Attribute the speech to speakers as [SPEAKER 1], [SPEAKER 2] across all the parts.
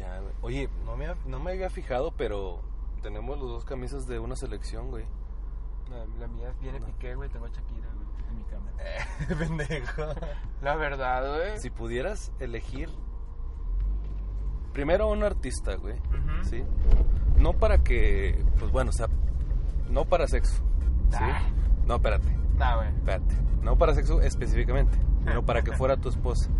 [SPEAKER 1] Ya, güey. Oye, no me, ha- no me había fijado, pero tenemos los dos camisas de una selección, güey.
[SPEAKER 2] La, la mía viene Piqué, güey, tengo a Shakira, güey, en mi cama.
[SPEAKER 1] Pendejo.
[SPEAKER 2] La verdad, güey.
[SPEAKER 1] Si pudieras elegir primero a un artista, güey,
[SPEAKER 2] Ujú.
[SPEAKER 1] ¿sí? No para que, pues bueno, o sea, no para sexo, ¿sí?
[SPEAKER 2] Ah.
[SPEAKER 1] No, espérate,
[SPEAKER 2] Nah, güey.
[SPEAKER 1] espérate. No para sexo específicamente, sino para que fuera tu esposa,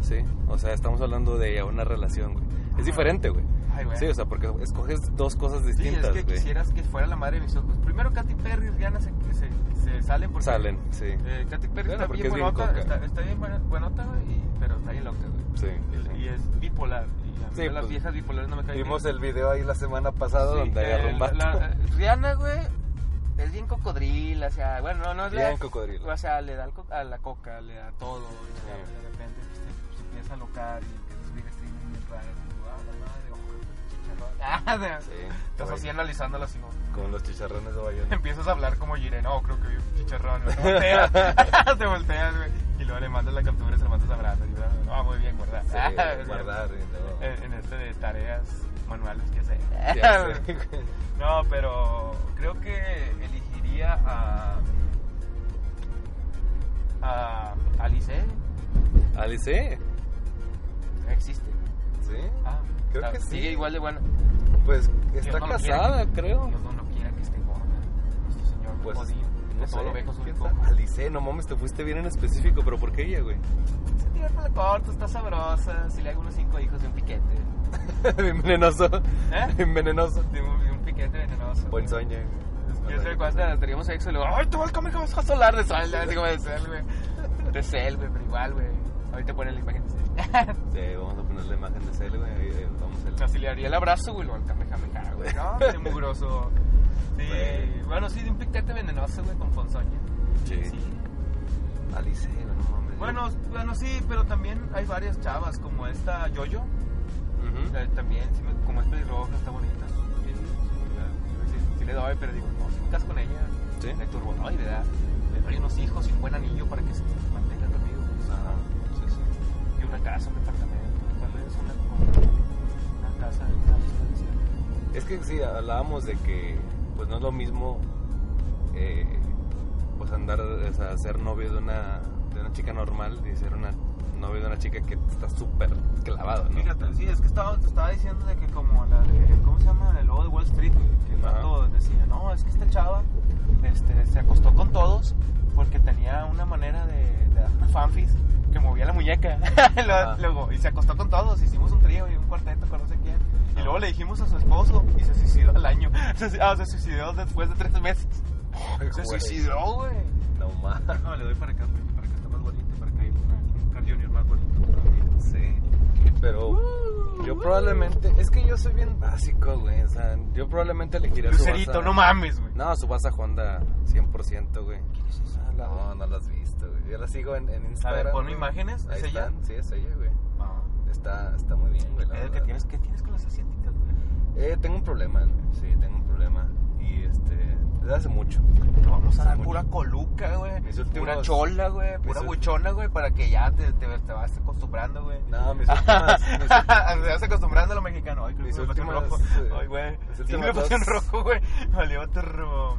[SPEAKER 1] ¿sí? O sea, estamos hablando de una relación, güey. Es diferente, güey.
[SPEAKER 2] Ay, güey.
[SPEAKER 1] Sí, o sea, porque escoges dos cosas
[SPEAKER 2] Sí, es
[SPEAKER 1] distintas,
[SPEAKER 2] que
[SPEAKER 1] güey.
[SPEAKER 2] quisieras que fuera la madre de mis ojos. Primero Katy Perry y Rihanna se, se, se salen porque...
[SPEAKER 1] Salen, sí.
[SPEAKER 2] Eh, Katy Perry
[SPEAKER 1] Bueno,
[SPEAKER 2] está,
[SPEAKER 1] porque es
[SPEAKER 2] bien
[SPEAKER 1] bien
[SPEAKER 2] buenota,
[SPEAKER 1] coca.
[SPEAKER 2] está, está bien buena- buenota, güey, y- pero está bien loca, güey.
[SPEAKER 1] Sí, sí.
[SPEAKER 2] Y es bipolar. Y a mí
[SPEAKER 1] Sí,
[SPEAKER 2] las
[SPEAKER 1] pues,
[SPEAKER 2] viejas bipolares no me caen
[SPEAKER 1] Vimos
[SPEAKER 2] bien.
[SPEAKER 1] el video ahí la semana pasada
[SPEAKER 2] Sí,
[SPEAKER 1] donde
[SPEAKER 2] eh,
[SPEAKER 1] agarró un
[SPEAKER 2] la-
[SPEAKER 1] vato.
[SPEAKER 2] la- eh, Rihanna, güey, es bien cocodril, o sea, bueno, no, no es la-
[SPEAKER 1] Bien cocodrilo.
[SPEAKER 2] O sea, le da al co- a la coca, le da todo, y
[SPEAKER 1] Sí.
[SPEAKER 2] de repente pues, se, se empieza a locar y empieza a subir streaming bien raras. y tú, Ah, la madre, ojo, chicharrón. Ah, de-
[SPEAKER 1] Sí,
[SPEAKER 2] Estás
[SPEAKER 1] güey,
[SPEAKER 2] así analizándolo así, ¿no?
[SPEAKER 1] Con los chicharrones de Bayona.
[SPEAKER 2] Empiezas a hablar como Jiré, no, creo que vi un chicharrón, güey. Te volteas, te volteas, güey. Y luego le mandas la captura, se lo mandas a Brandon. Y Brandon, ah, muy bien, guardar.
[SPEAKER 1] Sí, guardar. y luego-
[SPEAKER 2] En, en este de tareas manuales que sé. ah,
[SPEAKER 1] Ya sé, güey.
[SPEAKER 2] No, pero creo que elegiría a. a. Alice.
[SPEAKER 1] Alice,
[SPEAKER 2] No existe.
[SPEAKER 1] sí.
[SPEAKER 2] Ah,
[SPEAKER 1] Creo
[SPEAKER 2] está-
[SPEAKER 1] que sí.
[SPEAKER 2] Sigue igual de buena.
[SPEAKER 1] Pues
[SPEAKER 2] Dios
[SPEAKER 1] está
[SPEAKER 2] no lo
[SPEAKER 1] casada,
[SPEAKER 2] quiera.
[SPEAKER 1] creo.
[SPEAKER 2] Dios no lo quiera que esté gorda. Nuestro señor
[SPEAKER 1] Pues,
[SPEAKER 2] judío.
[SPEAKER 1] No
[SPEAKER 2] De todo
[SPEAKER 1] sé.
[SPEAKER 2] lo ve con su
[SPEAKER 1] ¿quién
[SPEAKER 2] coco.
[SPEAKER 1] sabe? Alice, no mames, te fuiste bien en específico, pero ¿por qué ella, güey?
[SPEAKER 2] Se tira por la corta, está sabrosa. Si le hago unos cinco hijos de un piquete.
[SPEAKER 1] bien venenoso.
[SPEAKER 2] ¿Eh?
[SPEAKER 1] Bien venenoso.
[SPEAKER 2] De un, de un piquete venenoso.
[SPEAKER 1] Buen sueño.
[SPEAKER 2] Yo sé cuántas teníamos sexo y luego, ¡ay, tú vas a que vas a solar de sol! Así como de cel, güey. De cel, güey, pero igual, güey. Ahorita ponen la imagen de cel.
[SPEAKER 1] Sí, vamos a poner la imagen de Cel, güey. ahí, eh, Vamos a
[SPEAKER 2] Así le haría el abrazo, güey, luego el kamehameha, güey. No, de mugroso. Sí,
[SPEAKER 1] Güey.
[SPEAKER 2] bueno, sí, de un piquete venenoso, güey, con ponzoña.
[SPEAKER 1] Sí. Alice, no mames.
[SPEAKER 2] Bueno, bueno, sí, pero también hay varias chavas, como esta Yoyo.
[SPEAKER 1] Ujú.
[SPEAKER 2] Eh, También, sí, me- como es pelirroja, está bonita. Sí, sí, sí, sí le doy, pero digo, no, si me casas con ella,
[SPEAKER 1] Sí.
[SPEAKER 2] me turbo, no, y le, da, le doy unos hijos y un buen anillo para que se mantenga conmigo. pues,
[SPEAKER 1] Ajá. Sí, sí.
[SPEAKER 2] Y una casa, un departamento, tal vez una, una, una casa en una isla desierta.
[SPEAKER 1] Es que sí, hablábamos de que pues no es lo mismo eh, pues andar, o sea, ser novio de una, de una chica normal y ser una novio de una chica que está súper clavado, ¿no?
[SPEAKER 2] Fíjate, sí, es que estaba, te estaba diciendo de que como la de, ¿cómo se llama? El lobo de Wall Street, güey, que el
[SPEAKER 1] Ajá.
[SPEAKER 2] vato decía, no, es que esta chava este, se acostó con todos porque tenía una manera de, de dar una fanfis que movía la muñeca. Lo-
[SPEAKER 1] Ajá.
[SPEAKER 2] luego, y se acostó con todos, hicimos un trío y un cuarteto con no sé quién. Y luego le dijimos a su esposo y se suicidó al año. Se, ah, se suicidó después de tres meses. Se
[SPEAKER 1] Güey,
[SPEAKER 2] suicidó, güey.
[SPEAKER 1] No más.
[SPEAKER 2] No, le doy para acá, para que está más bonito, para que haya un Carl Junior más bonito.
[SPEAKER 1] Sí. Pero
[SPEAKER 2] Uh.
[SPEAKER 1] yo probablemente, es que yo soy bien básico, güey. O sea, yo probablemente elegiría
[SPEAKER 2] Lucerito,
[SPEAKER 1] Subasa-
[SPEAKER 2] no mames, güey.
[SPEAKER 1] No, Subasa Honda 100%, güey.
[SPEAKER 2] Ah,
[SPEAKER 1] No, no la has visto, güey. Yo la sigo en, en
[SPEAKER 2] A
[SPEAKER 1] Instagram.
[SPEAKER 2] ver, ponme
[SPEAKER 1] güey.
[SPEAKER 2] imágenes. ¿Es
[SPEAKER 1] Ahí
[SPEAKER 2] ella?
[SPEAKER 1] están, Sí, es ella, güey.
[SPEAKER 2] Ah.
[SPEAKER 1] Está, está muy bien, güey. la
[SPEAKER 2] Pedro, ¿Qué
[SPEAKER 1] verdad.
[SPEAKER 2] tienes, ¿Qué tienes con las asiáticas, güey?
[SPEAKER 1] Eh, tengo un problema, güey. Sí, tengo un problema. Y este. Desde hace mucho.
[SPEAKER 2] Te vamos a dar
[SPEAKER 1] Mucho.
[SPEAKER 2] pura coluca, güey.
[SPEAKER 1] Pues, Mis últimos-
[SPEAKER 2] Pura chola, güey. Pura
[SPEAKER 1] ul-
[SPEAKER 2] buchona, güey. Para que ya te, te, te vas acostumbrando, güey.
[SPEAKER 1] No, mis últimas. mis-
[SPEAKER 2] te vas acostumbrando a lo mexicano. Ay, creo
[SPEAKER 1] Mis
[SPEAKER 2] que me pasé un
[SPEAKER 1] últimas,
[SPEAKER 2] rojo.
[SPEAKER 1] eh,
[SPEAKER 2] Ay, güey.
[SPEAKER 1] mis
[SPEAKER 2] Sí,
[SPEAKER 1] últimas
[SPEAKER 2] me pasé un
[SPEAKER 1] dos-
[SPEAKER 2] rojo, güey. Valió mm, turbo.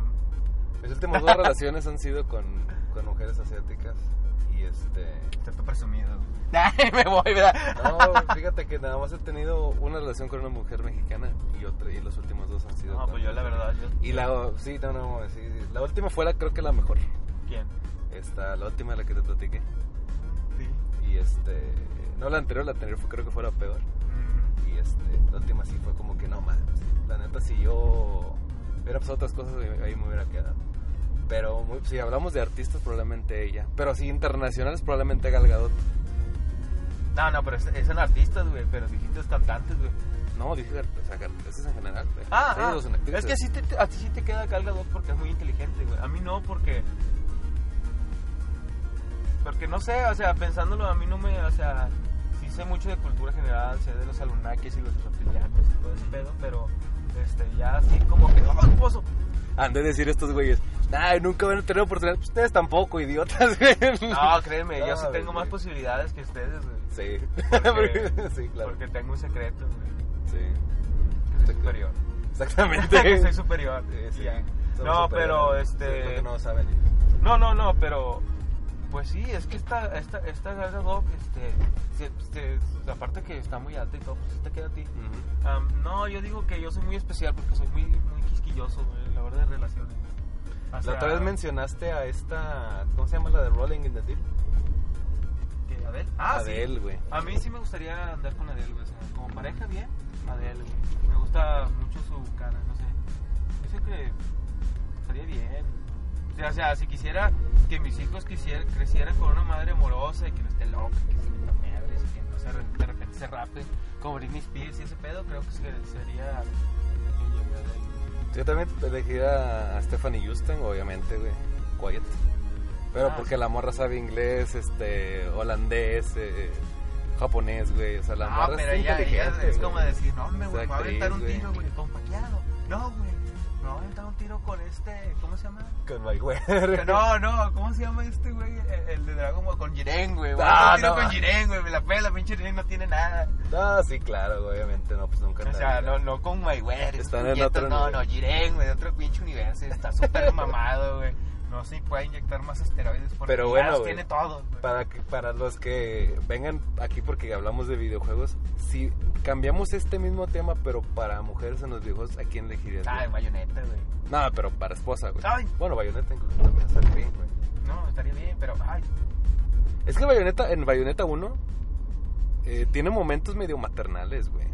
[SPEAKER 1] mis últimas dos relaciones han sido con, con mujeres asiáticas. Y este.
[SPEAKER 2] Te estoy presumido. Ay, me voy, ¿verdad?
[SPEAKER 1] No, fíjate que nada más he tenido una relación con una mujer mexicana y otra y los últimos dos han sido.
[SPEAKER 2] No,
[SPEAKER 1] con-
[SPEAKER 2] pues yo la verdad, yo...
[SPEAKER 1] Y la sí, no, no, sí, sí. La última fue la creo que la mejor.
[SPEAKER 2] ¿Quién?
[SPEAKER 1] Esta, la última de la que te platiqué.
[SPEAKER 2] Sí.
[SPEAKER 1] Y este, no la anterior, la anterior fue creo que fue la peor.
[SPEAKER 2] Mm,
[SPEAKER 1] Y este, la última sí fue como que no más. La neta si yo hubiera pasado otras cosas ahí- ahí me hubiera quedado. Pero muy- si hablamos de artistas probablemente ella, pero si internacionales probablemente Gal Gadot.
[SPEAKER 2] No, no, pero es- eran artistas, güey, pero dijiste cantantes, güey.
[SPEAKER 1] No, dije artistas este en general. güey.
[SPEAKER 2] Ah,
[SPEAKER 1] Sí,
[SPEAKER 2] ah,
[SPEAKER 1] los- fíjate,
[SPEAKER 2] es que así te, te- a ti sí te queda Gal Gadot porque es muy inteligente, güey. A mí no, porque... Porque no sé, o sea, pensándolo, a mí no me... O sea, sí sé mucho de cultura general, sé de los alunakis y los reptilianos y todo ese pedo, pero... Este, ya así como que... ¡Oh, esposo!
[SPEAKER 1] Han de decir estos güeyes, ay, nunca van a tener oportunidad. Pues ustedes tampoco, idiotas, güey.
[SPEAKER 2] No, créeme, yo sí
[SPEAKER 1] Ay,
[SPEAKER 2] tengo más
[SPEAKER 1] Ah, güey.
[SPEAKER 2] posibilidades que ustedes, güey.
[SPEAKER 1] Sí.
[SPEAKER 2] Porque-
[SPEAKER 1] sí, claro.
[SPEAKER 2] Porque tengo un secreto, güey.
[SPEAKER 1] Sí.
[SPEAKER 2] Que soy superior. que
[SPEAKER 1] Exactamente.
[SPEAKER 2] soy superior.
[SPEAKER 1] Sí,
[SPEAKER 2] y
[SPEAKER 1] sí.
[SPEAKER 2] ya.
[SPEAKER 1] Somos
[SPEAKER 2] No,
[SPEAKER 1] superiores.
[SPEAKER 2] pero
[SPEAKER 1] Sí,
[SPEAKER 2] este...
[SPEAKER 1] porque no saben.
[SPEAKER 2] No, no, no, pero. Pues sí, es que esta, esta, esta Gal Gadot, este, se- se- se- aparte que está muy alta y todo, pues sí te queda a ti.
[SPEAKER 1] Ujú.
[SPEAKER 2] Am, no, yo digo que yo soy muy especial porque soy muy, muy quisquilloso güey, en la hora de relaciones. O
[SPEAKER 1] La
[SPEAKER 2] sea,
[SPEAKER 1] otra vez mencionaste a esta. ¿Cómo se llama la de Rolling in the Deep?
[SPEAKER 2] que Adele. Ah, sí.
[SPEAKER 1] Adele, güey.
[SPEAKER 2] A mí sí me gustaría andar con Adele, güey. o sea, como pareja, bien. Adele, güey. Me gusta mucho su cara, no sé. Yo sé que estaría bien. O sea, o sea, si quisiera que mis hijos quisier- crecieran con una madre amorosa y que no esté loca, que se meta madres y que no se, re- de repente se rape, como Britney Spears y ese pedo, creo que se- sería.
[SPEAKER 1] Yo también elegiría a Stephanie Houston, obviamente, güey. Quiet. Pero
[SPEAKER 2] Ah.
[SPEAKER 1] porque la morra sabe inglés, este, holandés, eh, japonés, güey. O sea, la
[SPEAKER 2] Ah,
[SPEAKER 1] morra
[SPEAKER 2] pero
[SPEAKER 1] es
[SPEAKER 2] ella, ella
[SPEAKER 1] inteligente,
[SPEAKER 2] es
[SPEAKER 1] güey.
[SPEAKER 2] como decir, no, me,
[SPEAKER 1] Esa
[SPEAKER 2] voy a aventar un
[SPEAKER 1] actriz,
[SPEAKER 2] tiro,
[SPEAKER 1] güey.
[SPEAKER 2] güey, con Paquiado. No, güey, me voy a aventar un tiro con este, ¿cómo se llama?
[SPEAKER 1] Con my güey.
[SPEAKER 2] No, no, ¿cómo se llama este güey? El, el de Dragon Ball con Jiren, güey.
[SPEAKER 1] Ah,
[SPEAKER 2] Ah, no,
[SPEAKER 1] no.
[SPEAKER 2] con Jiren, güey. Me la pela, pinche Jiren no tiene nada.
[SPEAKER 1] No, sí, claro, güey, obviamente, no, pues nunca.
[SPEAKER 2] O sea, no, no con My Way.
[SPEAKER 1] Están en otro
[SPEAKER 2] No,
[SPEAKER 1] nivel.
[SPEAKER 2] no, Jiren, güey, de otro pinche universo. Está súper mamado, güey. No se puede inyectar más esteroides porque
[SPEAKER 1] Pero
[SPEAKER 2] ya
[SPEAKER 1] bueno,
[SPEAKER 2] los
[SPEAKER 1] güey.
[SPEAKER 2] tiene todos, güey.
[SPEAKER 1] Para, que- para los que vengan aquí porque hablamos de videojuegos, si cambiamos este mismo tema, pero para mujeres en los videojuegos, ¿a quién elegirías? güey?
[SPEAKER 2] Ay, bayoneta, Ah, güey.
[SPEAKER 1] No, pero para esposa, güey.
[SPEAKER 2] Ay.
[SPEAKER 1] Bueno, Bayonetta incluso también sale bien, güey.
[SPEAKER 2] No, estaría bien, pero ay.
[SPEAKER 1] Es que Bayonetta, en Bayonetta 1 eh, tiene momentos medio maternales, güey.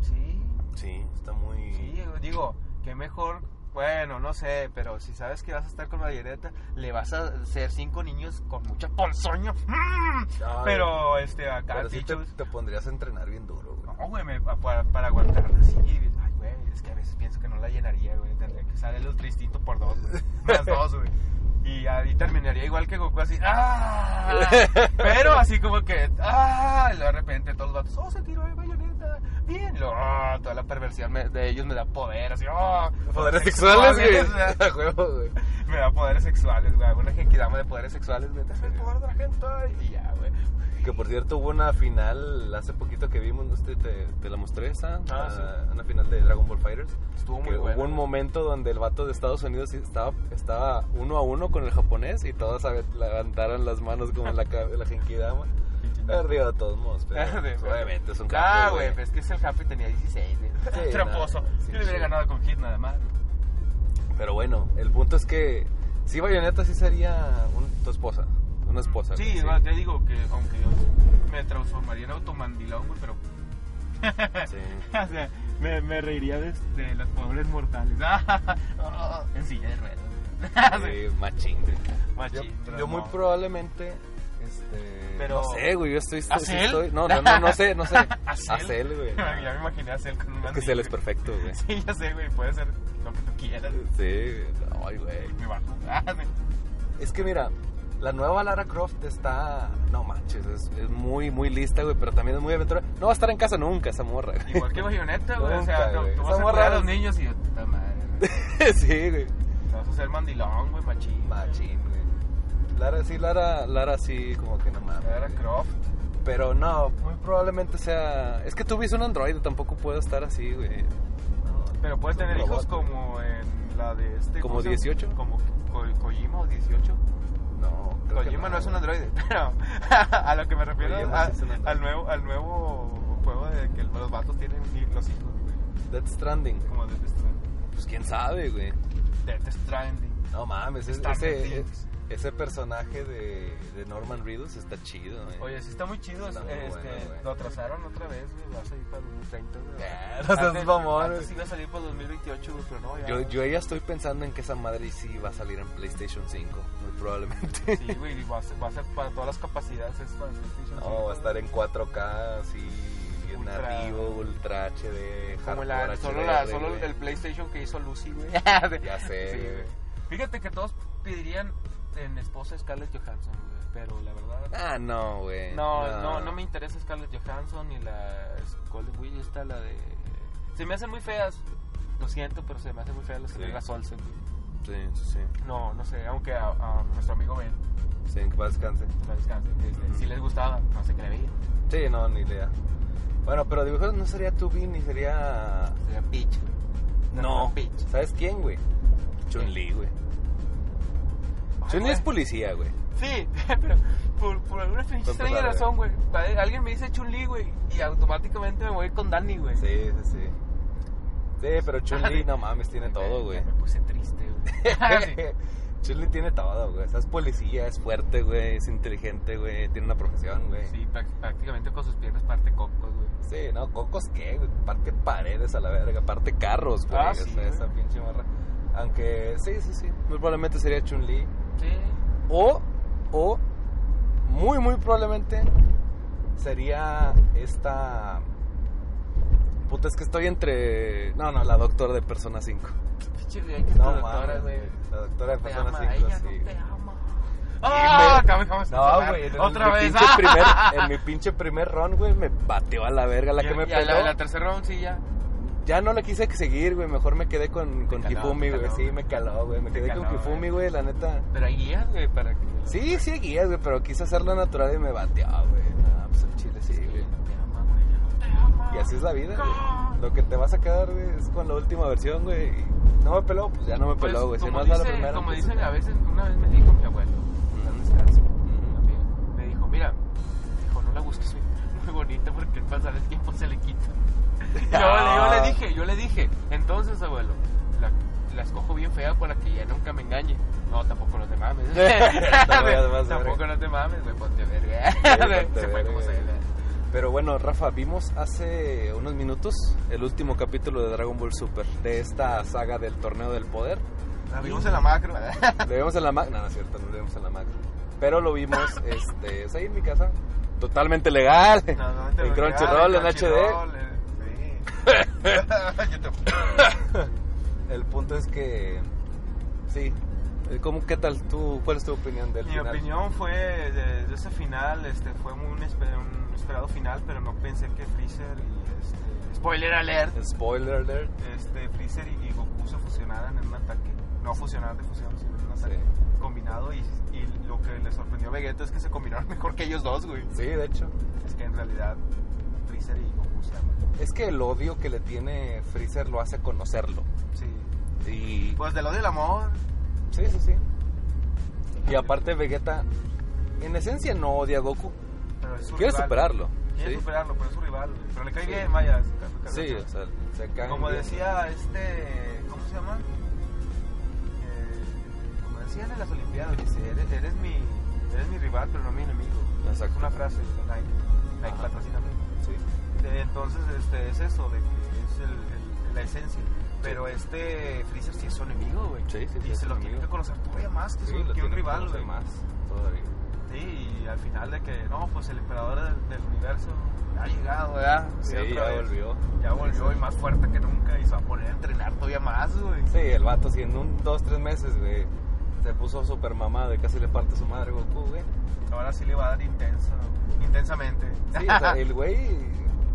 [SPEAKER 2] Sí,
[SPEAKER 1] Sí, está muy...
[SPEAKER 2] sí, güey, digo, que mejor. Bueno, no sé, pero si sabes que vas a estar con Bayonetta, le vas a hacer cinco niños con mucha ponzoña. ¡Mmm!
[SPEAKER 1] Ay,
[SPEAKER 2] Pero este, acá
[SPEAKER 1] pero sí te,
[SPEAKER 2] bichos-
[SPEAKER 1] te pondrías a entrenar bien duro, güey.
[SPEAKER 2] No, güey, me- pa- para, para aguantarla así. Ay, güey, es que a veces pienso que no la llenaría, güey. Tendría que sale el tristito por dos, güey. Más dos, güey. Y ahí terminaría igual que Goku, así. ¡Ah! Pero así como que. ¡Ah! Y luego de repente todos los vatos. ¡Oh, se tiró de bayoneta! ¡Bien! Y luego, ah, toda la perversión me- de ellos me da poder, así. ¡Oh!
[SPEAKER 1] Poderes sexuales,
[SPEAKER 2] me
[SPEAKER 1] güey.
[SPEAKER 2] da-
[SPEAKER 1] A huevo, güey.
[SPEAKER 2] Me da poderes sexuales, güey. Una genkidama de poderes sexuales, güey. Dame el poder de la gente. Y ya, güey.
[SPEAKER 1] Que por cierto hubo una final hace poquito que vimos, ¿no? Este, te, te la mostré esa,
[SPEAKER 2] Ah,
[SPEAKER 1] la- una final de Dragon Ball Fighters.
[SPEAKER 2] Estuvo muy
[SPEAKER 1] Que
[SPEAKER 2] bueno.
[SPEAKER 1] hubo un momento donde el vato de Estados Unidos sí estaba, estaba uno a uno con el japonés y todos a- levantaron las manos como en la, ca- la Genkidama. Perdió de todos modos, pero
[SPEAKER 2] Verde,
[SPEAKER 1] pues,
[SPEAKER 2] güey.
[SPEAKER 1] obviamente es un
[SPEAKER 2] Ah,
[SPEAKER 1] campo,
[SPEAKER 2] güey, pues es que ese el Happy tenía 16, güey.
[SPEAKER 1] Sí,
[SPEAKER 2] Tramposo.
[SPEAKER 1] no, sí,
[SPEAKER 2] Yo le
[SPEAKER 1] sí.
[SPEAKER 2] hubiera ganado con Hit nada más.
[SPEAKER 1] Pero bueno, el punto es que sí, Bayonetta sí sería un- tu esposa, una esposa.
[SPEAKER 2] Sí,
[SPEAKER 1] güey,
[SPEAKER 2] va, te digo que aunque yo me transformaría en automandilón, güey, pero.
[SPEAKER 1] sí.
[SPEAKER 2] o sea, me, me reiría de, de los pobres mortales. Ah, en silla de ruedas.
[SPEAKER 1] Sí, machín. güey. Yo,
[SPEAKER 2] Ah, Machín,
[SPEAKER 1] yo muy
[SPEAKER 2] no.
[SPEAKER 1] probablemente. Este,
[SPEAKER 2] Pero-
[SPEAKER 1] No sé, güey. Yo estoy. sí
[SPEAKER 2] ¿Acel?
[SPEAKER 1] estoy- no, no, no, no sé, no sé.
[SPEAKER 2] ¿Acel?
[SPEAKER 1] Acel, güey.
[SPEAKER 2] ya me imaginé a Cell con un
[SPEAKER 1] Es que
[SPEAKER 2] mandil,
[SPEAKER 1] Cel es
[SPEAKER 2] güey.
[SPEAKER 1] perfecto, güey.
[SPEAKER 2] Sí, ya sé, güey, puede ser lo que tú quieras.
[SPEAKER 1] Sí, güey. ay, güey.
[SPEAKER 2] Me bajo. Ah, sí.
[SPEAKER 1] Es que mira, la nueva Lara Croft está. No manches, es, es muy, muy lista, güey. Pero también es muy aventura. No va a estar en casa nunca esa morra, güey.
[SPEAKER 2] Igual que Bayonetta, güey. O sea,
[SPEAKER 1] Nunca,
[SPEAKER 2] tú,
[SPEAKER 1] güey.
[SPEAKER 2] tú
[SPEAKER 1] Esa
[SPEAKER 2] vas a
[SPEAKER 1] morra
[SPEAKER 2] cuidar a
[SPEAKER 1] es-
[SPEAKER 2] los niños y yo, puta madre. güey.
[SPEAKER 1] sí, güey.
[SPEAKER 2] Te Vas a ser mandilón, güey, machín.
[SPEAKER 1] Machín, güey. Lara, sí, Lara, Lara, sí, como que no mames.
[SPEAKER 2] Lara Croft.
[SPEAKER 1] Pero no, muy probablemente sea. Es que tú viste un androide, tampoco puedo estar así, güey.
[SPEAKER 2] Pero puedes
[SPEAKER 1] Es un
[SPEAKER 2] tener hijos
[SPEAKER 1] robot, güey.
[SPEAKER 2] como en la de este.
[SPEAKER 1] ¿Como
[SPEAKER 2] ¿cómo se llama?
[SPEAKER 1] 18?
[SPEAKER 2] Como Ko- Kojima o 18.
[SPEAKER 1] No, creo que
[SPEAKER 2] Kojima no es un
[SPEAKER 1] güey.
[SPEAKER 2] androide, pero a lo que me refiero
[SPEAKER 1] Kojima
[SPEAKER 2] a-
[SPEAKER 1] sí es un androide.
[SPEAKER 2] al, nuevo, al nuevo juego de que los vatos tienen hi- los hijos, güey.
[SPEAKER 1] Death Stranding.
[SPEAKER 2] Como Death Stranding.
[SPEAKER 1] Pues quién sabe, güey.
[SPEAKER 2] Death Stranding.
[SPEAKER 1] No mames, es-
[SPEAKER 2] Stranger
[SPEAKER 1] ese,
[SPEAKER 2] Things.
[SPEAKER 1] ese personaje de, de Norman Reedus está chido, eh.
[SPEAKER 2] Oye, sí está muy chido.
[SPEAKER 1] Está muy
[SPEAKER 2] este,
[SPEAKER 1] bueno, güey.
[SPEAKER 2] lo atrasaron otra vez, güey. Va a salir para 2030, güey.
[SPEAKER 1] Ah, no seas
[SPEAKER 2] Antes-
[SPEAKER 1] mamón,
[SPEAKER 2] Antes
[SPEAKER 1] güey.
[SPEAKER 2] sí iba a salir para 2028, güey, pero no. Ya,
[SPEAKER 1] Yo, yo ya estoy pensando en que esa madre sí va a salir en PlayStation 5, muy probablemente.
[SPEAKER 2] Sí, güey, y va a, ser, va a ser para todas las capacidades. Es para el PlayStation
[SPEAKER 1] No, va a
[SPEAKER 2] 5.
[SPEAKER 1] estar en 4K, así, bien
[SPEAKER 2] Ultra.
[SPEAKER 1] nativo, ultra HD,
[SPEAKER 2] Como la-
[SPEAKER 1] hardcore
[SPEAKER 2] solo,
[SPEAKER 1] HDR,
[SPEAKER 2] la- solo
[SPEAKER 1] güey.
[SPEAKER 2] el PlayStation que hizo Lucy, güey.
[SPEAKER 1] Ya sé,
[SPEAKER 2] Sí, güey.
[SPEAKER 1] güey.
[SPEAKER 2] Fíjate que todos pedirían en esposa a Scarlett Johansson, güey. Pero la verdad.
[SPEAKER 1] Ah, no, güey.
[SPEAKER 2] No, no, no me interesa Scarlett Johansson ni la Golden Witch, esta, la de. Se me hacen muy feas. Lo siento, pero se me hacen muy feas las que
[SPEAKER 1] Sí.
[SPEAKER 2] pega Solsen, güey.
[SPEAKER 1] Sí, sí, sí.
[SPEAKER 2] No, no sé, aunque a, a nuestro amigo Ben,
[SPEAKER 1] Sí, que paz descanse.
[SPEAKER 2] la descanse, este,
[SPEAKER 1] Ujú.
[SPEAKER 2] sí les gustaba, no sé qué le veía.
[SPEAKER 1] Sí, no, ni idea. Bueno, pero dibujeros no sería Tubi ni sería.
[SPEAKER 2] Sería Peach.
[SPEAKER 1] No.
[SPEAKER 2] Peach.
[SPEAKER 1] ¿Sabes quién, güey? Chun-Li, güey. Chun-Li es policía, güey.
[SPEAKER 2] Sí, pero por, por alguna pinche
[SPEAKER 1] Tonto
[SPEAKER 2] extraña
[SPEAKER 1] raro,
[SPEAKER 2] razón, güey. Vale, Alguien me dice Chun-Li, güey, y automáticamente me voy con Danny, güey.
[SPEAKER 1] Sí, sí, sí. Sí, pero Chun-Li, no mames, tiene todo, güey.
[SPEAKER 2] Ya Me puse triste, güey.
[SPEAKER 1] Chun-Li tiene todo, güey. O sea, Es policía, es fuerte, güey. Es inteligente, güey. Tiene una profesión, güey.
[SPEAKER 2] sí, prac- prácticamente con sus piernas parte cocos, güey.
[SPEAKER 1] Sí, ¿no? ¿Cocos qué? güey? Parte paredes a la verga, parte carros, güey.
[SPEAKER 2] Ah,
[SPEAKER 1] O sea,
[SPEAKER 2] sí, güey.
[SPEAKER 1] esa pinche morra. Aunque, sí, sí, sí. Muy probablemente sería Chun-Li.
[SPEAKER 2] Sí.
[SPEAKER 1] O, o, muy, muy probablemente sería esta. Puta, es que estoy entre. No, no, la doctora de Persona 5.
[SPEAKER 2] Pinche, güey, que es
[SPEAKER 1] No,
[SPEAKER 2] doctora,
[SPEAKER 1] mames,
[SPEAKER 2] güey.
[SPEAKER 1] güey. La doctora de
[SPEAKER 2] Te
[SPEAKER 1] Persona
[SPEAKER 2] ama,
[SPEAKER 1] 5,
[SPEAKER 2] ella
[SPEAKER 1] sí.
[SPEAKER 2] no te ama.
[SPEAKER 1] güey.
[SPEAKER 2] ¡Ah! Cabe, cabe,
[SPEAKER 1] No, güey, en
[SPEAKER 2] Otra
[SPEAKER 1] mi
[SPEAKER 2] vez.
[SPEAKER 1] pinche
[SPEAKER 2] ¡Ah!
[SPEAKER 1] primer- en mi pinche primer round, güey, me bateó a la verga la
[SPEAKER 2] Ya-
[SPEAKER 1] que me
[SPEAKER 2] ya,
[SPEAKER 1] peló.
[SPEAKER 2] ah. La de la tercera round, sí, ya.
[SPEAKER 1] Ya no le quise seguir, güey. Mejor me quedé con, con
[SPEAKER 2] Te caló,
[SPEAKER 1] Kifumi,
[SPEAKER 2] te
[SPEAKER 1] güey.
[SPEAKER 2] caló.
[SPEAKER 1] Sí, me caló, güey. Me
[SPEAKER 2] Te
[SPEAKER 1] quedé con
[SPEAKER 2] caló, eh.
[SPEAKER 1] Kifumi, güey. La neta.
[SPEAKER 2] Pero hay guías, güey, para que.
[SPEAKER 1] Sí, sí, guías, güey. Pero quise hacerlo natural y me bateó, güey. No, pues el chile sí,
[SPEAKER 2] Sí,
[SPEAKER 1] güey.
[SPEAKER 2] no te ama, güey, ya no te ama.
[SPEAKER 1] Y así es la vida, güey. Lo que te vas a quedar, güey, es con la última versión, güey. Y No me peló, pues ya no me
[SPEAKER 2] Pues,
[SPEAKER 1] peló, güey. Si
[SPEAKER 2] como
[SPEAKER 1] no es a
[SPEAKER 2] dice,
[SPEAKER 1] la primera.
[SPEAKER 2] como
[SPEAKER 1] pues,
[SPEAKER 2] dicen a veces, una vez me dijo mi abuelo, al descanso, también, me dijo, mira, dijo, no la busques muy, muy bonita porque al pasar el tiempo se le quita. Yo, le- yo
[SPEAKER 1] Ah.
[SPEAKER 2] le dije, yo le dije, entonces abuelo, la, la escojo bien fea para que ya nunca me engañe. No, tampoco no te mames.
[SPEAKER 1] Tampoco, vas a ver.
[SPEAKER 2] tampoco no te mames, güey, ponte verga.
[SPEAKER 1] ponte
[SPEAKER 2] se fue como
[SPEAKER 1] verga.
[SPEAKER 2] se le-
[SPEAKER 1] Pero bueno, Rafa, vimos hace unos minutos el último capítulo de Dragon Ball Super, de esta saga del Torneo del Poder.
[SPEAKER 2] La vimos en la macro.
[SPEAKER 1] Lo vimos en la macro. No, no es cierto, no lo vimos en la macro. Pero lo vimos este, es ahí en mi casa. Totalmente legal.
[SPEAKER 2] Ah.
[SPEAKER 1] en Crunchyroll, en HD. El punto es que. Sí. Eh, ¿Cómo, ¿Qué tal tú? ¿Cuál es tu opinión del
[SPEAKER 2] Mi
[SPEAKER 1] final?
[SPEAKER 2] opinión fue de, de ese final, este, fue un, espe- un esperado final, pero no pensé que Freezer y este, spoiler alert,
[SPEAKER 1] Spoiler alert.
[SPEAKER 2] este, Freezer y, y Goku se fusionaran en un ataque, no fusionaran de fusión, sino en un
[SPEAKER 1] Sí.
[SPEAKER 2] ataque combinado y, y lo que le sorprendió a Vegeta es que se combinaron mejor que ellos dos, güey.
[SPEAKER 1] Sí, de hecho.
[SPEAKER 2] Es que en realidad Freezer y Goku se aman.
[SPEAKER 1] Es que el odio que le tiene Freezer lo hace conocerlo.
[SPEAKER 2] Sí.
[SPEAKER 1] Y
[SPEAKER 2] Pues del odio al amor.
[SPEAKER 1] Sí, sí, sí. Y aparte Vegeta, en esencia no odia a Goku.
[SPEAKER 2] Pero es su
[SPEAKER 1] Quiere
[SPEAKER 2] rival.
[SPEAKER 1] superarlo.
[SPEAKER 2] Quiere
[SPEAKER 1] Sí,
[SPEAKER 2] superarlo, pero es su rival, güey. Pero le cae
[SPEAKER 1] Sí.
[SPEAKER 2] bien, vaya. se cae- se cae
[SPEAKER 1] Sí,
[SPEAKER 2] bien.
[SPEAKER 1] o sea, se caen
[SPEAKER 2] Como
[SPEAKER 1] bien.
[SPEAKER 2] decía este. ¿Cómo se llama? Eh, como decían en las Olimpiadas, dice: eres, eres mi, eres mi rival, pero no mi enemigo.
[SPEAKER 1] Exacto.
[SPEAKER 2] Es una frase de Nike. Nike
[SPEAKER 1] Ajá.
[SPEAKER 2] patrocina
[SPEAKER 1] Sí.
[SPEAKER 2] Entonces, este, es eso, de que es el- el- la esencia. Pero este Freezer sí es su enemigo, güey.
[SPEAKER 1] Sí, sí, sí,
[SPEAKER 2] Y
[SPEAKER 1] es
[SPEAKER 2] se
[SPEAKER 1] su
[SPEAKER 2] lo tiene
[SPEAKER 1] enemigo.
[SPEAKER 2] que conocer todavía más que,
[SPEAKER 1] Sí,
[SPEAKER 2] su-
[SPEAKER 1] lo
[SPEAKER 2] que
[SPEAKER 1] tiene
[SPEAKER 2] un
[SPEAKER 1] que
[SPEAKER 2] rival,
[SPEAKER 1] conocer
[SPEAKER 2] güey.
[SPEAKER 1] más todavía.
[SPEAKER 2] Sí, y al final de que, no, pues el emperador del, del universo ha llegado, ¿verdad?
[SPEAKER 1] Sí,
[SPEAKER 2] Y otra
[SPEAKER 1] ya
[SPEAKER 2] vez.
[SPEAKER 1] volvió.
[SPEAKER 2] Ya volvió y más fuerte que nunca y se va a poner a entrenar todavía más, güey.
[SPEAKER 1] Sí, el vato, si en un, dos, tres meses, güey, se puso super mamado y casi le parte su madre a Goku, güey.
[SPEAKER 2] Ahora sí le va a dar intenso, intensamente.
[SPEAKER 1] Sí, o sea, el güey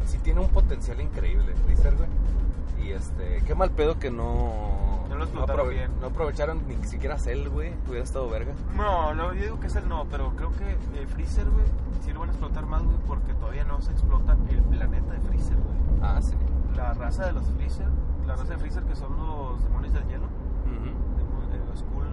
[SPEAKER 1] sí tiene un potencial increíble, Freezer, güey. Y este, qué mal pedo que no.
[SPEAKER 2] No lo explotaron bien.
[SPEAKER 1] no aprovecharon ni siquiera Cell, güey. Hubiera estado verga.
[SPEAKER 2] No, no, yo digo que es el no, pero creo que eh, Freezer, güey, sí lo van a explotar más, güey, porque todavía no se explota el planeta de Freezer, güey.
[SPEAKER 1] Ah, sí.
[SPEAKER 2] La raza de los Freezer, la raza de Freezer que son los demonios del hielo,
[SPEAKER 1] Ujú,
[SPEAKER 2] demo- de los cool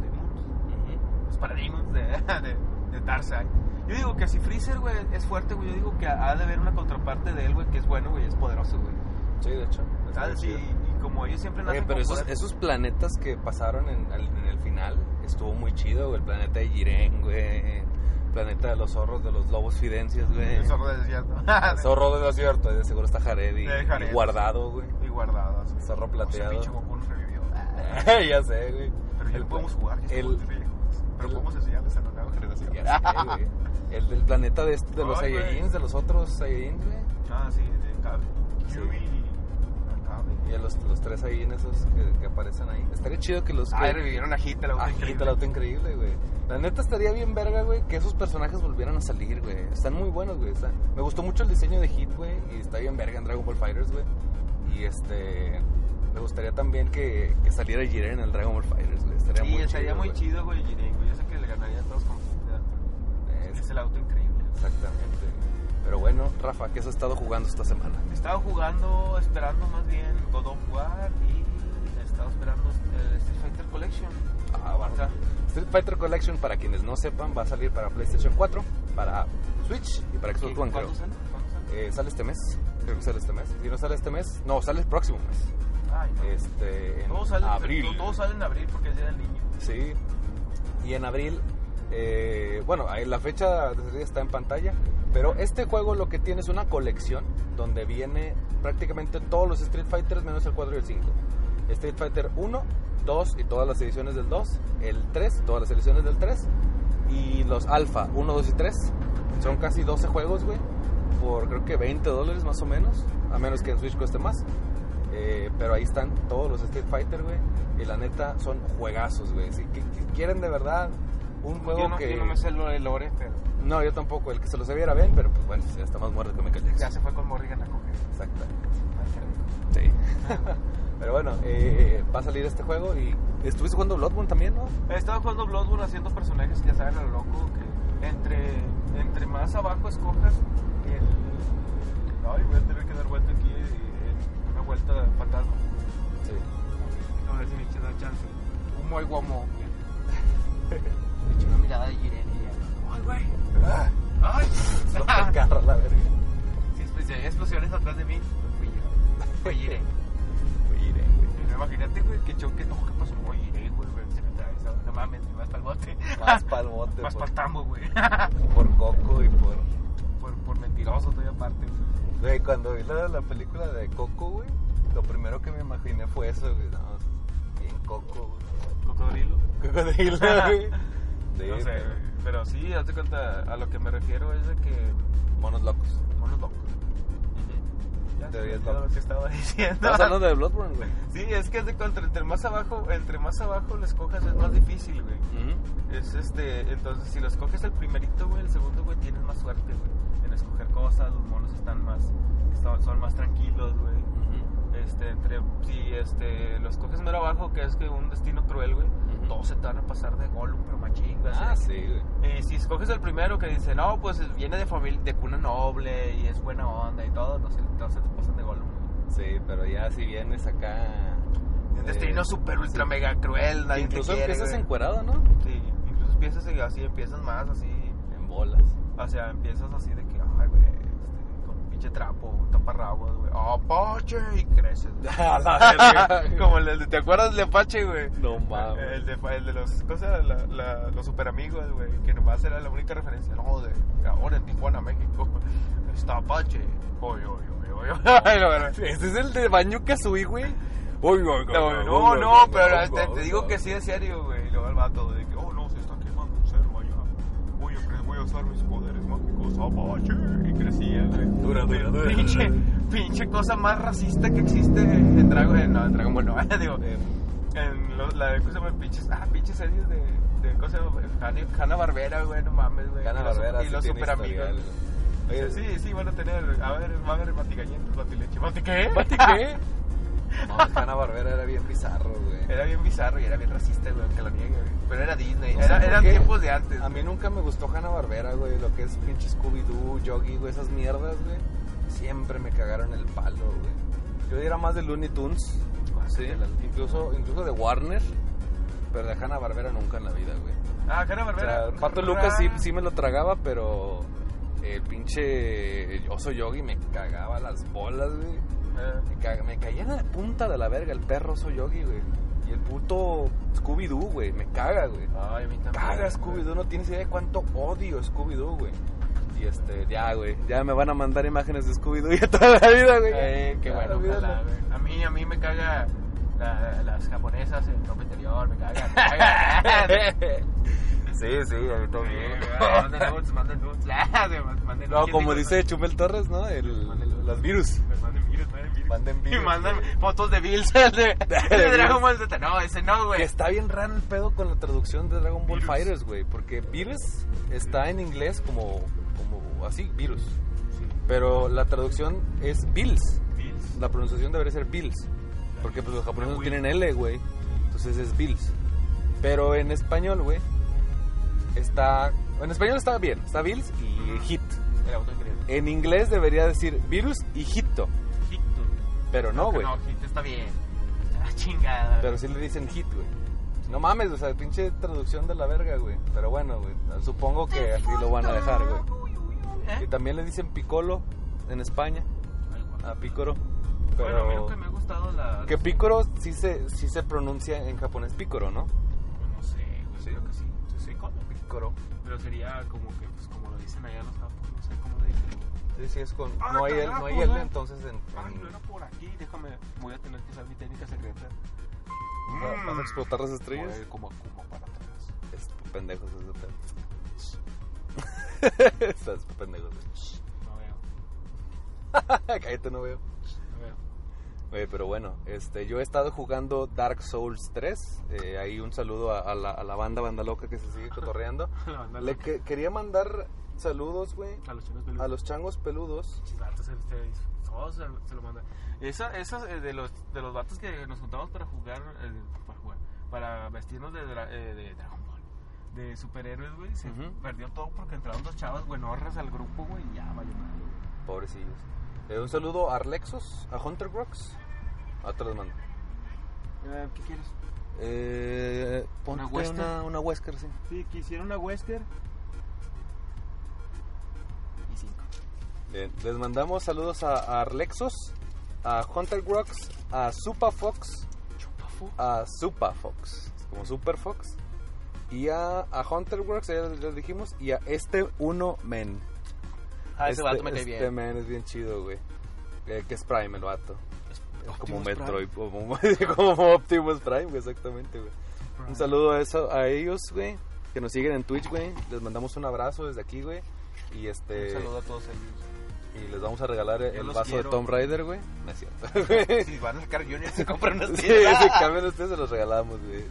[SPEAKER 2] demons,
[SPEAKER 1] ujú.
[SPEAKER 2] los paradigmas de, de, de Tarzan. Yo digo que si Freezer, güey, es fuerte, güey, yo digo que ha de haber una contraparte de él, güey, que es bueno, güey, es poderoso, güey.
[SPEAKER 1] Sí, de hecho.
[SPEAKER 2] ¿Sabes? Y,
[SPEAKER 1] Sí.
[SPEAKER 2] Ah, y como ellos siempre
[SPEAKER 1] Oye,
[SPEAKER 2] nacen
[SPEAKER 1] pero
[SPEAKER 2] con
[SPEAKER 1] esos,
[SPEAKER 2] poder-
[SPEAKER 1] esos planetas que pasaron en, al- en el final estuvo muy chido, güey. El planeta de Jiren, güey. El planeta de los zorros, de los lobos fidencias, güey.
[SPEAKER 3] El zorro del desierto.
[SPEAKER 1] El zorro del desierto, de seguro está Jared y,
[SPEAKER 3] Eh, Jared.
[SPEAKER 1] y guardado, güey.
[SPEAKER 3] y guardado. así.
[SPEAKER 1] Zorro
[SPEAKER 3] O sea,
[SPEAKER 1] plateado.
[SPEAKER 3] pinche Goku no revivió.
[SPEAKER 1] ya sé, güey.
[SPEAKER 3] Pero ya
[SPEAKER 1] El-
[SPEAKER 3] no podemos jugar, ya
[SPEAKER 1] el-
[SPEAKER 3] estamos viejos. Pero
[SPEAKER 1] el-
[SPEAKER 3] podemos enseñarles a la nueva generación.
[SPEAKER 1] Ya sé, güey. El del planeta de, este- de los
[SPEAKER 3] Ay, güey.
[SPEAKER 1] Saiyajins, de los otros Saiyajins, güey.
[SPEAKER 3] Ah, sí, de Cabe.
[SPEAKER 1] Sí.
[SPEAKER 3] Kyuubi y
[SPEAKER 2] Ah,
[SPEAKER 3] Akabe.
[SPEAKER 1] Y a los, los tres ahí en esos que, que aparecen ahí. Estaría chido que los.
[SPEAKER 2] Ay,
[SPEAKER 1] que-
[SPEAKER 2] revivieron a Hit, el auto
[SPEAKER 1] Ah,
[SPEAKER 2] increíble.
[SPEAKER 1] el auto increíble, güey. La neta estaría bien verga, güey, que esos personajes volvieran a salir, güey. Están muy buenos, güey. Están- Me gustó mucho el diseño de Hit, güey. Y está bien verga en Dragon Ball Fighters, güey. Y este. Me gustaría también que, que saliera Jiren en el Dragon Ball Fighters, güey. Estaría
[SPEAKER 2] Sí,
[SPEAKER 1] muy
[SPEAKER 2] estaría
[SPEAKER 1] chido,
[SPEAKER 2] muy
[SPEAKER 1] güey.
[SPEAKER 2] chido, güey, Jiren, güey. Yo sé que le ganaría a todos con facilidad.
[SPEAKER 1] Es-
[SPEAKER 2] Es el auto increíble.
[SPEAKER 1] exactamente. Pero bueno, Rafa, ¿qué has estado jugando esta semana?
[SPEAKER 2] Estaba jugando, esperando más bien God of War y estaba esperando eh, Street Fighter Collection.
[SPEAKER 1] Ah,
[SPEAKER 2] Avanza.
[SPEAKER 1] Street Fighter Collection, para quienes no sepan, va a salir para PlayStation 4, para Switch y para Xbox One, creo.
[SPEAKER 2] ¿Cuándo sale? ¿Cuándo sale?
[SPEAKER 1] Eh, sale este mes. Creo que sale este mes. Si no sale este mes, no, sale el próximo mes.
[SPEAKER 2] Ay, no.
[SPEAKER 1] Este, en
[SPEAKER 2] Todo sale,
[SPEAKER 1] abril.
[SPEAKER 2] todo- todo sale en abril porque es día del niño.
[SPEAKER 1] Sí. Y en abril, eh, bueno, ahí la fecha de salida está en pantalla. Pero este juego lo que tiene es una colección donde viene prácticamente todos los Street Fighters menos el 4 y el 5. Street Fighter 1, 2 y todas las ediciones del 2. El 3, todas las ediciones del 3. Y los Alpha 1, 2 y 3. Son casi 12 juegos, güey. Por creo que 20 dólares más o menos. A menos que en Switch cueste más. Eh, pero ahí están todos los Street Fighter, güey. Y la neta son juegazos, güey. Si qui- qui- quieren de verdad un juego
[SPEAKER 2] Yo no,
[SPEAKER 1] que.
[SPEAKER 2] yo no me sé lo de Lore, pero
[SPEAKER 1] No, yo tampoco. El que se lo sabía bien, pero pues bueno, ya está más muerto que Michael
[SPEAKER 2] ya
[SPEAKER 1] Jackson.
[SPEAKER 2] se fue con Morrigan a coger.
[SPEAKER 1] Exacto.
[SPEAKER 2] Ay, qué rico.
[SPEAKER 1] Sí. pero bueno, eh, va a salir este juego y. Estuviste jugando Bloodborne también, ¿no?
[SPEAKER 2] He estado jugando Bloodborne haciendo personajes que ya saben a lo loco que entre, entre más abajo escojas el... Ay, voy a tener que dar vuelta aquí eh, en una vuelta fantasma.
[SPEAKER 1] Sí.
[SPEAKER 2] A ver si me da chance. Un muy guamo. Me eché una mirada de Jiren y ya. ¡Ay, güey!
[SPEAKER 1] Ah,
[SPEAKER 2] ¡Ay!
[SPEAKER 1] Lo agarra la verga.
[SPEAKER 2] Si expl- si había explosiones atrás de mí, pues fui yo. Fue Jiren.
[SPEAKER 1] Güey, iré, güey.
[SPEAKER 2] Pero Imagínate, güey, que choque. No, ¿qué pasó? Oye, Jiren, güey, güey, se me atravesó. No mames, me vas para el bote.
[SPEAKER 1] Más pa'l bote,
[SPEAKER 2] Vas
[SPEAKER 1] por,
[SPEAKER 2] para tambo, güey.
[SPEAKER 1] por Coco y por.
[SPEAKER 2] por, por mentiroso todavía aparte.
[SPEAKER 1] Güey, cuando vi la, la película de Coco, güey, lo primero que me imaginé fue eso, güey. No, bien Coco, güey.
[SPEAKER 2] Cocodrilo.
[SPEAKER 1] Cocodrilo, güey. Sí,
[SPEAKER 2] no sé,
[SPEAKER 1] pero-
[SPEAKER 2] güey, pero sí, hazte cuenta, a lo que me refiero es de que
[SPEAKER 1] Monos locos.
[SPEAKER 2] monos locos. Ya
[SPEAKER 1] Te
[SPEAKER 2] se me
[SPEAKER 1] veías
[SPEAKER 2] olvidó
[SPEAKER 1] loco.
[SPEAKER 2] lo que estaba diciendo.
[SPEAKER 1] Estamos hablando de Bloodborne, güey.
[SPEAKER 2] Sí, es que haz de cuenta, entre más abajo, entre más abajo lo escojas es más difícil, güey. Es este, entonces si lo escoges el primerito, güey, el segundo, güey, tienes más suerte, güey, en escoger cosas, los monos están más, están- son más tranquilos, güey. Este, entre, si este, lo escoges mero abajo, que es que un destino cruel, güey,
[SPEAKER 1] Ujú.
[SPEAKER 2] todos se te van a pasar de Gollum, pero machín, güey.
[SPEAKER 1] Ah,
[SPEAKER 2] así.
[SPEAKER 1] sí, güey.
[SPEAKER 2] Y si escoges el primero que dice, no, pues viene de familia, de cuna noble y es buena onda y todo, no sé, todos se te pasan de Gollum, güey.
[SPEAKER 1] Sí, pero ya si vienes acá.
[SPEAKER 2] Un
[SPEAKER 1] eh,
[SPEAKER 2] destino super ultra
[SPEAKER 1] sí.
[SPEAKER 2] mega cruel, nadie te
[SPEAKER 1] Incluso
[SPEAKER 2] quiere,
[SPEAKER 1] empiezas
[SPEAKER 2] güey.
[SPEAKER 1] encuerado, ¿no?
[SPEAKER 2] Sí, incluso empiezas y así, empiezas más así.
[SPEAKER 1] En bolas.
[SPEAKER 2] O sea, empiezas así de que, ay, güey, este, con un pinche trapo, un taparrabos, güey. ¡Apache! Y creces. güey. Como el de, ¿te acuerdas del Apache, güey?
[SPEAKER 1] No mames.
[SPEAKER 2] El de, el de los, cosas, la, la- los super amigos, güey, que nomás era la única referencia. No, de ahora en Tijuana, México, está Apache. Oye, oye, oye, oye. Ay, no, no.
[SPEAKER 1] Ese es el de Banyu Kazooie, güey. Uy, uy, uy,
[SPEAKER 2] No,
[SPEAKER 1] uy,
[SPEAKER 2] no,
[SPEAKER 1] uy,
[SPEAKER 2] no,
[SPEAKER 1] uy,
[SPEAKER 2] pero
[SPEAKER 1] uy,
[SPEAKER 2] este,
[SPEAKER 1] uy,
[SPEAKER 2] te
[SPEAKER 1] uy,
[SPEAKER 2] digo
[SPEAKER 1] uy.
[SPEAKER 2] que sí es serio, güey. Y luego el vato de que, oh no, se está quemando un cerro allá. Voy a, pre- voy a usar mis poderes mágicos, apache. Y crecía, güey.
[SPEAKER 1] Dura, dura, dura.
[SPEAKER 2] Pinche, pinche cosa más racista que existe en Dragon Ball. No, en Dragon Ball no, digo.
[SPEAKER 1] Eh,
[SPEAKER 2] En lo- la de, ¿cómo se llama? Pinches, ah, pinches series de, de ¿cómo se llama? Hanna- Hanna Barbera, güey, no mames, güey.
[SPEAKER 1] Hanna
[SPEAKER 2] Y los-
[SPEAKER 1] Barbera
[SPEAKER 2] Y los super amigos.
[SPEAKER 1] Oye,
[SPEAKER 2] Sí, sí, van a tener, a ver, va a haber batigallentes, batileche. ¿Bati qué?
[SPEAKER 1] ¿Pati qué? No, Hanna Barbera era bien bizarro, güey.
[SPEAKER 2] Era bien bizarro y era bien racista, güey, aunque lo niegue, güey. Pero era Disney,
[SPEAKER 1] No sé
[SPEAKER 2] era,
[SPEAKER 1] por
[SPEAKER 2] eran
[SPEAKER 1] qué. Ah.
[SPEAKER 2] tiempos de antes.
[SPEAKER 1] A mí nunca me gustó Hanna Barbera, güey. Lo que es pinche Scooby-Doo, Yogi, güey, esas mierdas, güey. Siempre me cagaron el palo, güey. Yo era más de Looney Tunes.
[SPEAKER 2] Ah,
[SPEAKER 1] Sí,
[SPEAKER 2] de la-
[SPEAKER 1] incluso, incluso de Warner. Pero de Hanna Barbera nunca en la vida, güey.
[SPEAKER 2] Ah, Hanna
[SPEAKER 1] O
[SPEAKER 2] Barbera.
[SPEAKER 1] sea, Pato Lucas sí, sí me lo tragaba, pero el pinche oso Yogi me cagaba las bolas, güey.
[SPEAKER 2] Eh,
[SPEAKER 3] Ah,
[SPEAKER 1] Me, ca- me caía en la punta de la verga el perro Soyogi, güey. Y el puto Scooby-Doo, güey. Me caga, güey.
[SPEAKER 3] Ay, a mí también.
[SPEAKER 1] Caga Scooby-Doo. No tienes idea de cuánto odio Scooby-Doo, güey. Y este, ya, güey. Ya me van a mandar imágenes de Scooby-Doo ya toda la vida, güey.
[SPEAKER 2] Eh, qué
[SPEAKER 1] Toda la
[SPEAKER 2] bueno,
[SPEAKER 1] vida,
[SPEAKER 2] ojalá,
[SPEAKER 1] güey.
[SPEAKER 2] güey. A mí, a mí me caga la- las japonesas en ropa interior, me caga, me caga.
[SPEAKER 1] Sí, sí, a mí también.
[SPEAKER 2] Manden nudes, manden nudes, ya, se manden
[SPEAKER 1] No,
[SPEAKER 2] nudes.
[SPEAKER 1] como dice Chumel Torres, ¿no? El, las virus.
[SPEAKER 2] Me Pues Manden virus, manden virus.
[SPEAKER 1] Manden
[SPEAKER 2] Y
[SPEAKER 1] virus.
[SPEAKER 2] mandan fotos de Bills de, de, de Dragon Ball Z. No, ese no,
[SPEAKER 1] Que
[SPEAKER 2] güey.
[SPEAKER 1] está bien raro el pedo con la traducción de Dragon Ball
[SPEAKER 2] Virus.
[SPEAKER 1] Fighters, güey. Porque virus está en inglés como, como así, virus. Pero la traducción es bills.
[SPEAKER 2] Bills.
[SPEAKER 1] La pronunciación debería ser bills. Porque pues los japoneses no
[SPEAKER 2] Will.
[SPEAKER 1] tienen L, güey. Entonces es bills. Pero en español, güey, está... En español está bien. Está bills y
[SPEAKER 2] Ujú.
[SPEAKER 1] hit.
[SPEAKER 2] El autor griego.
[SPEAKER 1] En inglés debería decir virus y hito.
[SPEAKER 2] Hito.
[SPEAKER 1] Pero no, güey.
[SPEAKER 2] No, Hito está bien. Está la chingada.
[SPEAKER 1] Pero sí le dicen hit, güey. No mames, o sea, pinche traducción de la verga, güey. Pero bueno, güey. Supongo que así lo van a dejar, güey. Y
[SPEAKER 2] ¿Eh?
[SPEAKER 1] también le dicen picolo en España
[SPEAKER 2] Ay, guau.
[SPEAKER 1] a pícoro.
[SPEAKER 2] Bueno, a mí
[SPEAKER 1] Pero
[SPEAKER 2] nunca me ha gustado la...
[SPEAKER 1] que pícoro sí se, sí se pronuncia en japonés pícoro, ¿no?
[SPEAKER 2] No sé, güey,
[SPEAKER 1] Sí.
[SPEAKER 2] creo que sí. Sí, sí, con-
[SPEAKER 1] Pícoro.
[SPEAKER 2] Pero sería como que, pues, como lo dicen allá los japoneses, no sé cómo lo dicen.
[SPEAKER 1] Sí, sí, es con.
[SPEAKER 2] Ah,
[SPEAKER 1] No hay, L, no
[SPEAKER 2] carajo,
[SPEAKER 1] hay L,
[SPEAKER 2] güey.
[SPEAKER 1] entonces en,
[SPEAKER 2] Ay, no
[SPEAKER 1] en-
[SPEAKER 2] era por aquí, déjame, voy a tener que usar mi técnica secreta. Mmm. Mm.
[SPEAKER 1] va- vas a explotar las estrellas.
[SPEAKER 2] Mover como Akuma para atrás.
[SPEAKER 1] Es pendejos ese pedo. Estás pendejos,
[SPEAKER 2] No veo,
[SPEAKER 1] güey. Cállate, no veo.
[SPEAKER 2] no veo.
[SPEAKER 1] Güey, pero bueno, este, yo he estado jugando Dark Souls 3. eh, ahí un saludo a, a la, a la banda Banda Loca que se sigue cotorreando.
[SPEAKER 2] La banda
[SPEAKER 1] Le
[SPEAKER 2] loca.
[SPEAKER 1] que- quería mandar saludos, güey,
[SPEAKER 2] A los chinos peludos.
[SPEAKER 1] a los changos peludos.
[SPEAKER 2] Pinches vatos, este, se, se- todos se, se lo mandan. Esa, esa eh, de, los, de los vatos que nos juntamos para jugar, eh, para jugar, para vestirnos de, dra- eh, de Dragon Ball, de superhéroes, güey, se
[SPEAKER 1] Ujú.
[SPEAKER 2] perdió todo porque entraron dos chavas buenorras al grupo, güey, y ya, vaya madre.
[SPEAKER 1] Pobrecillos. Eh, un saludo a Arlexos, a Hunter Rocks. A te los mando.
[SPEAKER 2] Eh, ¿Qué quieres?
[SPEAKER 1] Eh, ponte
[SPEAKER 2] ¿Una Western?
[SPEAKER 1] una, una Wesker, sí.
[SPEAKER 2] Sí, quisiera una Wesker. Y cinco.
[SPEAKER 1] Bien, Eh, les mandamos saludos a, a Arlexos, a Hunter Rocks, a Supa Fox, a Supa Fox, como Super Fox, y a, a Hunterworks, ya les- les dijimos, y a este uno men.
[SPEAKER 2] Ah, ese
[SPEAKER 1] este,
[SPEAKER 2] vato me cae
[SPEAKER 1] este
[SPEAKER 2] bien.
[SPEAKER 1] men es bien chido, güey. Eh, que es Prime el vato. Es como
[SPEAKER 2] Optimus
[SPEAKER 1] Metroid, como, como Optimus Prime, güey, exactamente, güey. Un saludo a, eso, a ellos, güey, que nos siguen en Twitch, güey. Les mandamos un abrazo desde aquí, güey. Y
[SPEAKER 2] Un
[SPEAKER 1] este
[SPEAKER 2] saludo a todos ellos.
[SPEAKER 1] y les vamos a regalar el,
[SPEAKER 2] Yo los
[SPEAKER 1] vaso
[SPEAKER 2] quiero.
[SPEAKER 1] de Tomb Raider, güey. No es cierto. güey.
[SPEAKER 2] Si van al Car Junior se compran unas
[SPEAKER 1] sí,
[SPEAKER 2] tiendas.
[SPEAKER 1] si cambian ustedes se los regalamos, güey.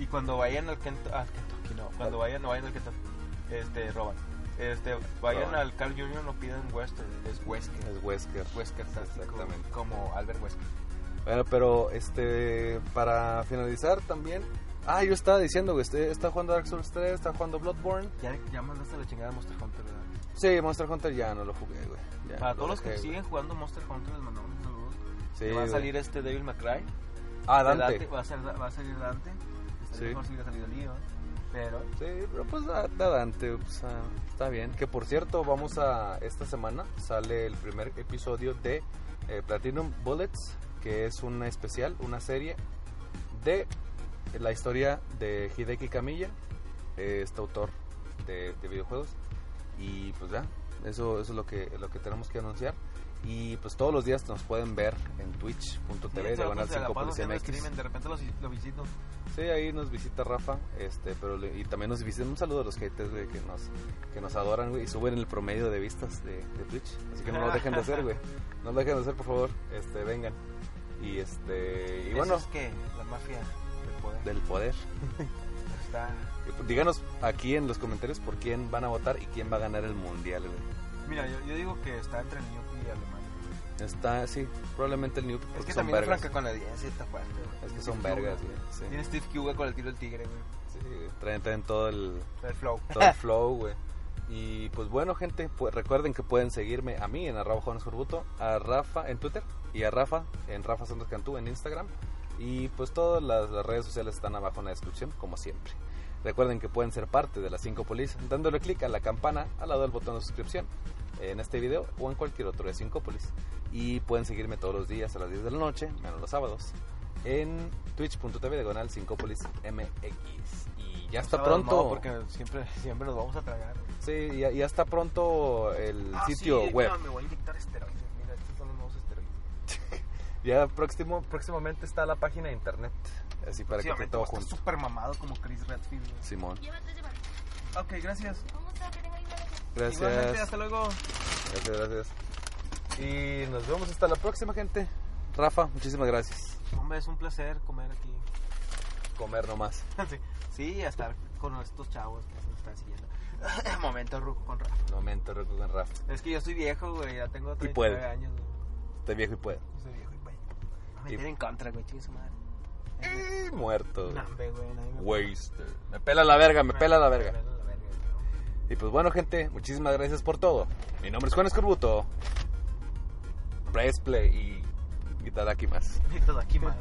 [SPEAKER 2] Y cuando vayan al Kent- al Kentucky, no, cuando vayan, no vayan al Kentucky, este, roban. Este, vayan
[SPEAKER 1] Roban.
[SPEAKER 2] al Carl Jr. no pidan Western, es Wesker.
[SPEAKER 1] Es Wesker.
[SPEAKER 2] Wesker
[SPEAKER 1] Exactamente.
[SPEAKER 2] Exactamente. Como Albert Wesker.
[SPEAKER 1] Bueno, pero este para finalizar también. Ah, yo estaba diciendo, güey, este- está jugando Dark Souls 3, está jugando Bloodborne.
[SPEAKER 2] Ya, ya mandaste la chingada a Monster Hunter, ¿verdad?
[SPEAKER 1] Sí, Monster Hunter ya no lo jugué, güey. Ya
[SPEAKER 2] Para
[SPEAKER 1] lo
[SPEAKER 2] todos los que
[SPEAKER 1] dejé, güey.
[SPEAKER 2] siguen jugando Monster Hunter, les mandamos un saludo.
[SPEAKER 1] Sí,
[SPEAKER 2] Y va a
[SPEAKER 1] güey.
[SPEAKER 2] salir este Devil McCray.
[SPEAKER 1] Ah, Dante.
[SPEAKER 2] va, a ser, va a salir Dante. Está
[SPEAKER 1] Sí.
[SPEAKER 2] mejor si hubiera salido Lío. Pero,
[SPEAKER 1] Sí, pero pues da, da Dante, pues, ah, está bien. Que por cierto, vamos a esta semana sale el primer episodio de eh, Platinum Bullets, que es una especial, una serie de la historia de Hideki Kamiya, eh, este autor de, de videojuegos. Y pues ya, eso, eso es lo que, lo que tenemos que anunciar. Y pues todos los días nos pueden ver en twitch.tv,
[SPEAKER 2] Este vato
[SPEAKER 1] diagonal
[SPEAKER 2] se la
[SPEAKER 1] 5
[SPEAKER 2] pasa
[SPEAKER 1] Policía
[SPEAKER 2] haciendo
[SPEAKER 1] MX.
[SPEAKER 2] streaming, de repente lo, lo visito.
[SPEAKER 1] Sí, ahí nos visita Rafa, este, pero le- y también nos visitan un saludo a los haters, güey, que nos, que nos adoran, güey, y suben el promedio de vistas de, de Twitch, así que no lo dejen de hacer, güey, no lo dejen de hacer, por favor, este, vengan, y este, y
[SPEAKER 2] Eso
[SPEAKER 1] bueno,
[SPEAKER 2] es que la mafia del poder
[SPEAKER 1] del poder,
[SPEAKER 2] está.
[SPEAKER 1] díganos aquí en los comentarios por quién van a votar y quién va a ganar el mundial, güey,
[SPEAKER 2] Mira, yo, yo digo que está entre el Newpie y Alemania.
[SPEAKER 1] está, sí, probablemente el New, porque
[SPEAKER 2] Es que
[SPEAKER 1] son
[SPEAKER 2] también el
[SPEAKER 1] vergas,
[SPEAKER 2] franco-canadiense está fuerte, güey.
[SPEAKER 1] es que son
[SPEAKER 2] Steve
[SPEAKER 1] vergas,
[SPEAKER 2] Kuga.
[SPEAKER 1] güey, sí,
[SPEAKER 2] Tiene Steve Kuga con el tiro del tigre, güey.
[SPEAKER 1] sí, traen, traen todo el,
[SPEAKER 2] El flow.
[SPEAKER 1] todo el flow, güey. Y pues bueno, gente, pues recuerden que pueden seguirme a mí en arroba Jonas Corbuto, a Rafa en Twitter y a Rafa en Rafa Santos Cantú en Instagram. Y pues todas las, las redes sociales están abajo en la descripción, como siempre. Recuerden que pueden ser parte de las 5 polis dándole clic a la campana al lado del botón de suscripción. en este video o en cualquier otro de Sincópolis. Y pueden seguirme todos los días a las 10 de la noche, menos los sábados, en twitch.tv diagonal Sincópolis MX. Y ya hasta
[SPEAKER 3] Sábado no,
[SPEAKER 1] pronto.
[SPEAKER 3] porque siempre, siempre nos vamos a tragar.
[SPEAKER 1] Sí, y y hasta pronto el
[SPEAKER 3] Ah,
[SPEAKER 1] sitio
[SPEAKER 3] sí,
[SPEAKER 1] web.
[SPEAKER 3] no, me voy a inyectar esteroides. Mira, estos son los nuevos esteroides.
[SPEAKER 1] Ya próximo, próximamente está la página de internet. Así para que esté todo
[SPEAKER 3] Está
[SPEAKER 1] junto.
[SPEAKER 3] súper mamado como Chris Redfield. güey.
[SPEAKER 1] Simón.
[SPEAKER 2] Ok, gracias.
[SPEAKER 4] Un gusto que tenga linda noche.
[SPEAKER 2] Igualmente,
[SPEAKER 1] Gracias.
[SPEAKER 2] hasta luego.
[SPEAKER 1] Gracias, gracias. Y nos vemos hasta la próxima, gente. Rafa, muchísimas gracias.
[SPEAKER 2] Hombre, es un placer comer aquí.
[SPEAKER 1] Comer nomás.
[SPEAKER 2] Sí, sí, a estar con estos chavos que nos están siguiendo. Momento ruco con Rafa.
[SPEAKER 1] Momento, recuerdo con Rafa.
[SPEAKER 2] Es que yo soy viejo, güey. Ya tengo
[SPEAKER 1] puede.
[SPEAKER 2] 39 años, güey.
[SPEAKER 1] Este viejo y puede.
[SPEAKER 2] Yo soy viejo y güey. Me
[SPEAKER 1] Y-
[SPEAKER 2] meter en contra, güey. Chingue su madre.
[SPEAKER 1] Y muerto.
[SPEAKER 2] No, hombre, güey. nadie me-
[SPEAKER 1] Waster. Me pela la verga, me pela la
[SPEAKER 2] Me
[SPEAKER 1] verga.
[SPEAKER 2] pela la verga, güey.
[SPEAKER 1] Y pues bueno, gente, muchísimas gracias por todo. Mi nombre es Juan Escorbuto. Press play y, y más.
[SPEAKER 2] Y todo aquí, más.